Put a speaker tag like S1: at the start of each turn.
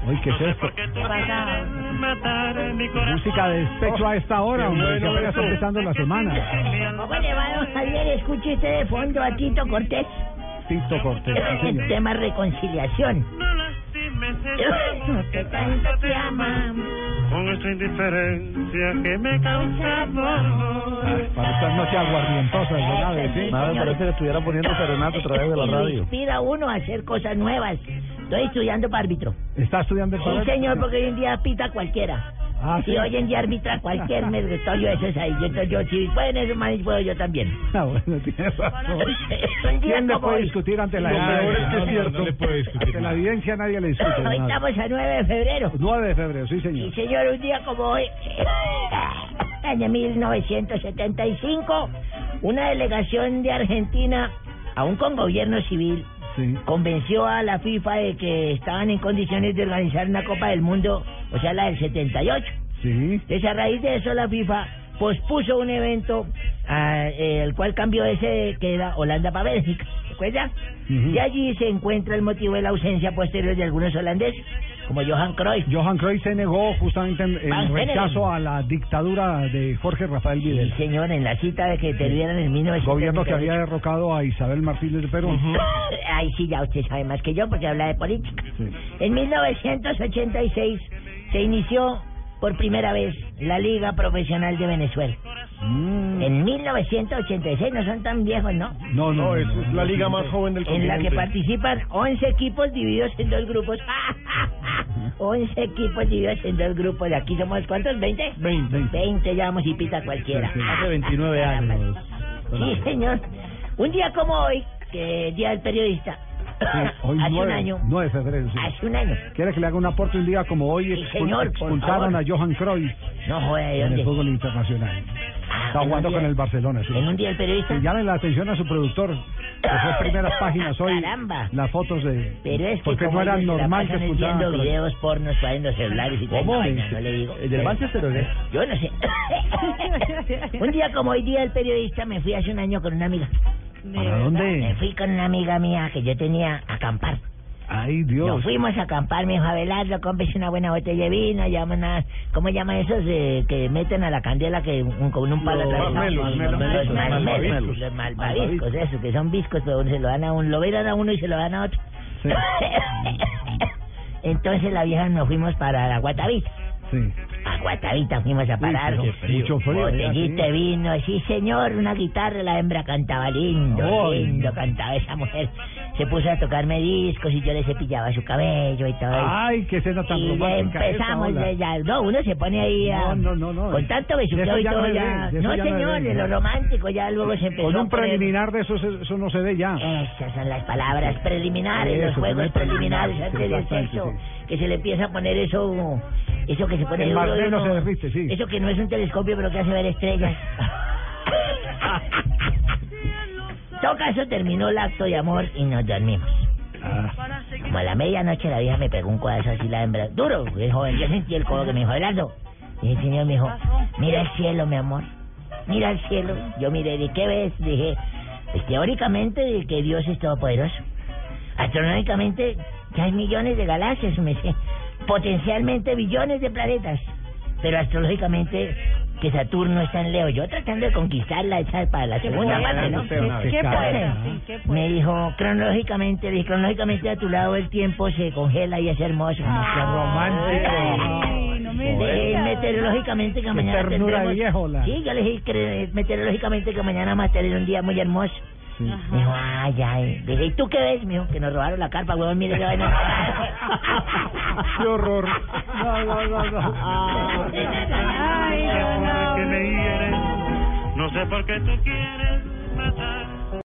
S1: Uy, ¿qué es esto? Música de despecho a esta hora, hombre, que apenas está empezando la semana.
S2: ¿Cómo le va, don Javier? Escuche usted de fondo a Tito Cortés.
S1: Tito Cortés, sí,
S2: El
S1: señor.
S2: tema reconciliación. Que tanto te ama.
S3: Con esta indiferencia que me causa
S1: Para estas noches aguardientosas de nave, ¿sí?
S2: Madre, parece que
S1: estuviera poniendo serenata a través de
S2: Y lo inspira a uno a hacer cosas nuevas. Estoy estudiando para árbitro.
S1: ¿Está estudiando el
S2: Sí,
S1: colegio?
S2: señor, porque hoy en día pita cualquiera.
S1: Ah, sí.
S2: Y hoy en día arbitra cualquier meritorio, eso es ahí. Yo, entonces, yo, si pueden esos manes, puedo yo también.
S1: Ah, bueno, tiene razón.
S2: Un día
S1: ¿Quién le
S2: como
S1: puede
S2: hoy.
S1: discutir ante la
S2: Lo
S1: evidencia?
S2: peor es que es
S1: No, no,
S2: cierto.
S1: no le puede discutir. Ante la evidencia nadie le discute.
S2: Hoy
S1: don Ave.
S2: estamos a 9 de febrero.
S1: 9 de febrero, sí, señor.
S2: Y señor, un día como hoy, eh, año 1975, una delegación de Argentina, aún con gobierno civil,
S1: Sí.
S2: convenció a la FIFA de que estaban en condiciones de organizar una Copa del Mundo, o sea, la del 78.
S1: Sí.
S2: Entonces, a raíz de eso, la FIFA pospuso un evento ah, eh, el cual cambió ese que era Holanda para Bélgica. ¿Recuerda?
S1: Ujú.
S2: Y allí se encuentra el motivo de la ausencia posterior de algunos holandeses, como Johan Cruyff.
S1: Johan Cruyff se negó justamente en, en
S2: Van Generen.
S1: rechazo a la dictadura de Jorge Rafael
S2: Sí,
S1: Videla.
S2: señor, en la cita de que te dieran en
S1: El
S2: 1900.
S1: gobierno que había derrocado a Isabel Martínez de Perón.
S2: Ay, sí, ya usted sabe más que yo porque habla de política.
S1: Sí.
S2: En 1986 se inició por primera vez la Liga Profesional de Venezuela.
S1: Mm.
S2: En 1986, no son tan viejos, ¿no?
S1: No, no, no, no, no, no, no.
S3: del
S2: En la que participan 11 equipos divididos en dos grupos. 11 equipos divididos en dos grupos. ¿De aquí somos cuántos? ¿20?
S1: 20.
S2: 20 llevamos y pita cualquiera. Ah,
S1: Sí, hace 29 años.
S2: Sí, señor. Un día como hoy, que es Día del Periodista,
S1: Sí, hoy
S2: hace un
S1: 9,
S2: año,
S1: 9 de febrero, sí.
S2: hace un año,
S1: ¿Quiere que le haga un aporte un día como hoy?
S2: Sí, señor, por
S1: expulsaron a
S2: favor.
S1: Johan Cruyff
S2: no joda, ¿de
S1: en el
S2: dónde?
S1: fútbol internacional.
S2: Ah,
S1: Está
S2: en un
S1: jugando
S2: día-
S1: con el Barcelona, sí.
S2: En un Día del Periodista,
S1: Y llame la atención a su productor, que fue primeras páginas hoy.
S2: Caramba.
S1: Las fotos de.
S2: pero es que
S1: porque
S2: como
S1: no era
S2: ellos se la
S1: normal que
S2: pasan es
S1: expulsaran a
S2: viendo
S1: Cruyff.
S2: videos pornos para en los celulares y toda
S1: ¿Cómo?
S2: esa vaina, no le digo.
S1: ¿El del Manchester o qué?
S2: Yo no sé. un día como hoy, Día del Periodista, me fui hace un año con una amiga.
S1: ¿A
S2: Me
S1: dónde?
S2: fui con una amiga mía que yo tenía a acampar.
S1: Ay,
S2: Nos
S1: Dios.
S2: fuimos a acampar, mi hijo Abelardo, cómprese una buena botella de vino, llama una, ¿cómo llaman esos eh, que meten a la candela que un- con un palo
S1: Los
S2: atravesado?
S1: marmelos, marmelos,
S2: los malmelos,
S1: malvaviscos.
S2: los malvaviscos, esos que son viscos, pero se lo dan a uno, lo veran a uno y se lo dan a otro.
S1: Sí.
S2: Entonces la vieja nos fuimos para la Guatavita.
S1: Sí.
S2: A Guatavita fuimos a parar.
S1: Uy, qué frío. Mucho frío,
S2: Botellita
S1: ya,
S2: de
S1: sí.
S2: vino, sí señor, una guitarra, la hembra cantaba lindo,
S1: Ay.
S2: lindo cantaba esa mujer. Se puso a tocarme discos y yo le cepillaba su cabello y todo. eso.
S1: Ay, qué cena Ah, tan
S2: y ya
S1: romántica. esa
S2: empezamos,
S1: ola.
S2: ya, ya, no, uno se pone ahí a,
S1: No, no, no, no.
S2: con tanto
S1: Eso
S2: besuqueo y
S1: ya
S2: todo
S1: no es
S2: ya.
S1: bien, eso ya
S2: No,
S1: no es
S2: señor, de
S1: bien.
S2: lo romántico ya luego se empezó
S1: Con un
S2: a Eh. poner-
S1: preliminar de eso, eso no se ve ya.
S2: Esas son las palabras preliminares,
S1: Eso,
S2: los juegos
S1: primer preliminar,
S2: preliminares
S1: sí,
S2: antes del
S1: exactamente,
S2: sexo,
S1: sí.
S2: que se le empieza a poner eso, eso que se pone
S1: El
S2: duro
S1: martillo
S2: y uno-
S1: se derrite, sí.
S2: Eso que no es un telescopio, pero que hace ver estrellas. En todo caso, terminó el acto de amor y nos dormimos.
S1: Ah,
S2: Como a la medianoche la vieja me pegó un cuadazo así la hembra. Duro, el joven, yo sentí el codo que me dijo, Abelardo. Y el señor me dijo, mira el cielo, mi amor. Mira el cielo. Yo miré, ¿de qué ves? Dije, pues teóricamente de que Dios es todopoderoso. Astronómicamente, ya hay millones de galaxias, me sé. Potencialmente billones de planetas. Pero astrológicamente, que Saturno está en Leo. Yo tratando de conquistarla, echar para la segunda parte, ¿no?
S1: qué
S2: Bueno, me dijo cronológicamente, dije, cronológicamente a tu lado el tiempo se congela y es hermoso.
S1: romántico.
S2: Dije, Eh, meteorológicamente que mañana
S1: ternura de
S2: tendremos-
S1: viejo, la-
S2: Sí, yo le dije que, eh, meteorológicamente que mañana vamos a tener un día muy hermoso.
S1: Sí.
S2: Me dijo, ay, ay. Dije, ¿y tú qué ves? Me dijo, que nos robaron la carpa, huevón, mire que vaina.
S1: Qué horror. No, no, no, no.
S2: Ah,
S3: Ay, no, no. Que me hieren, no sé por qué tú quieres.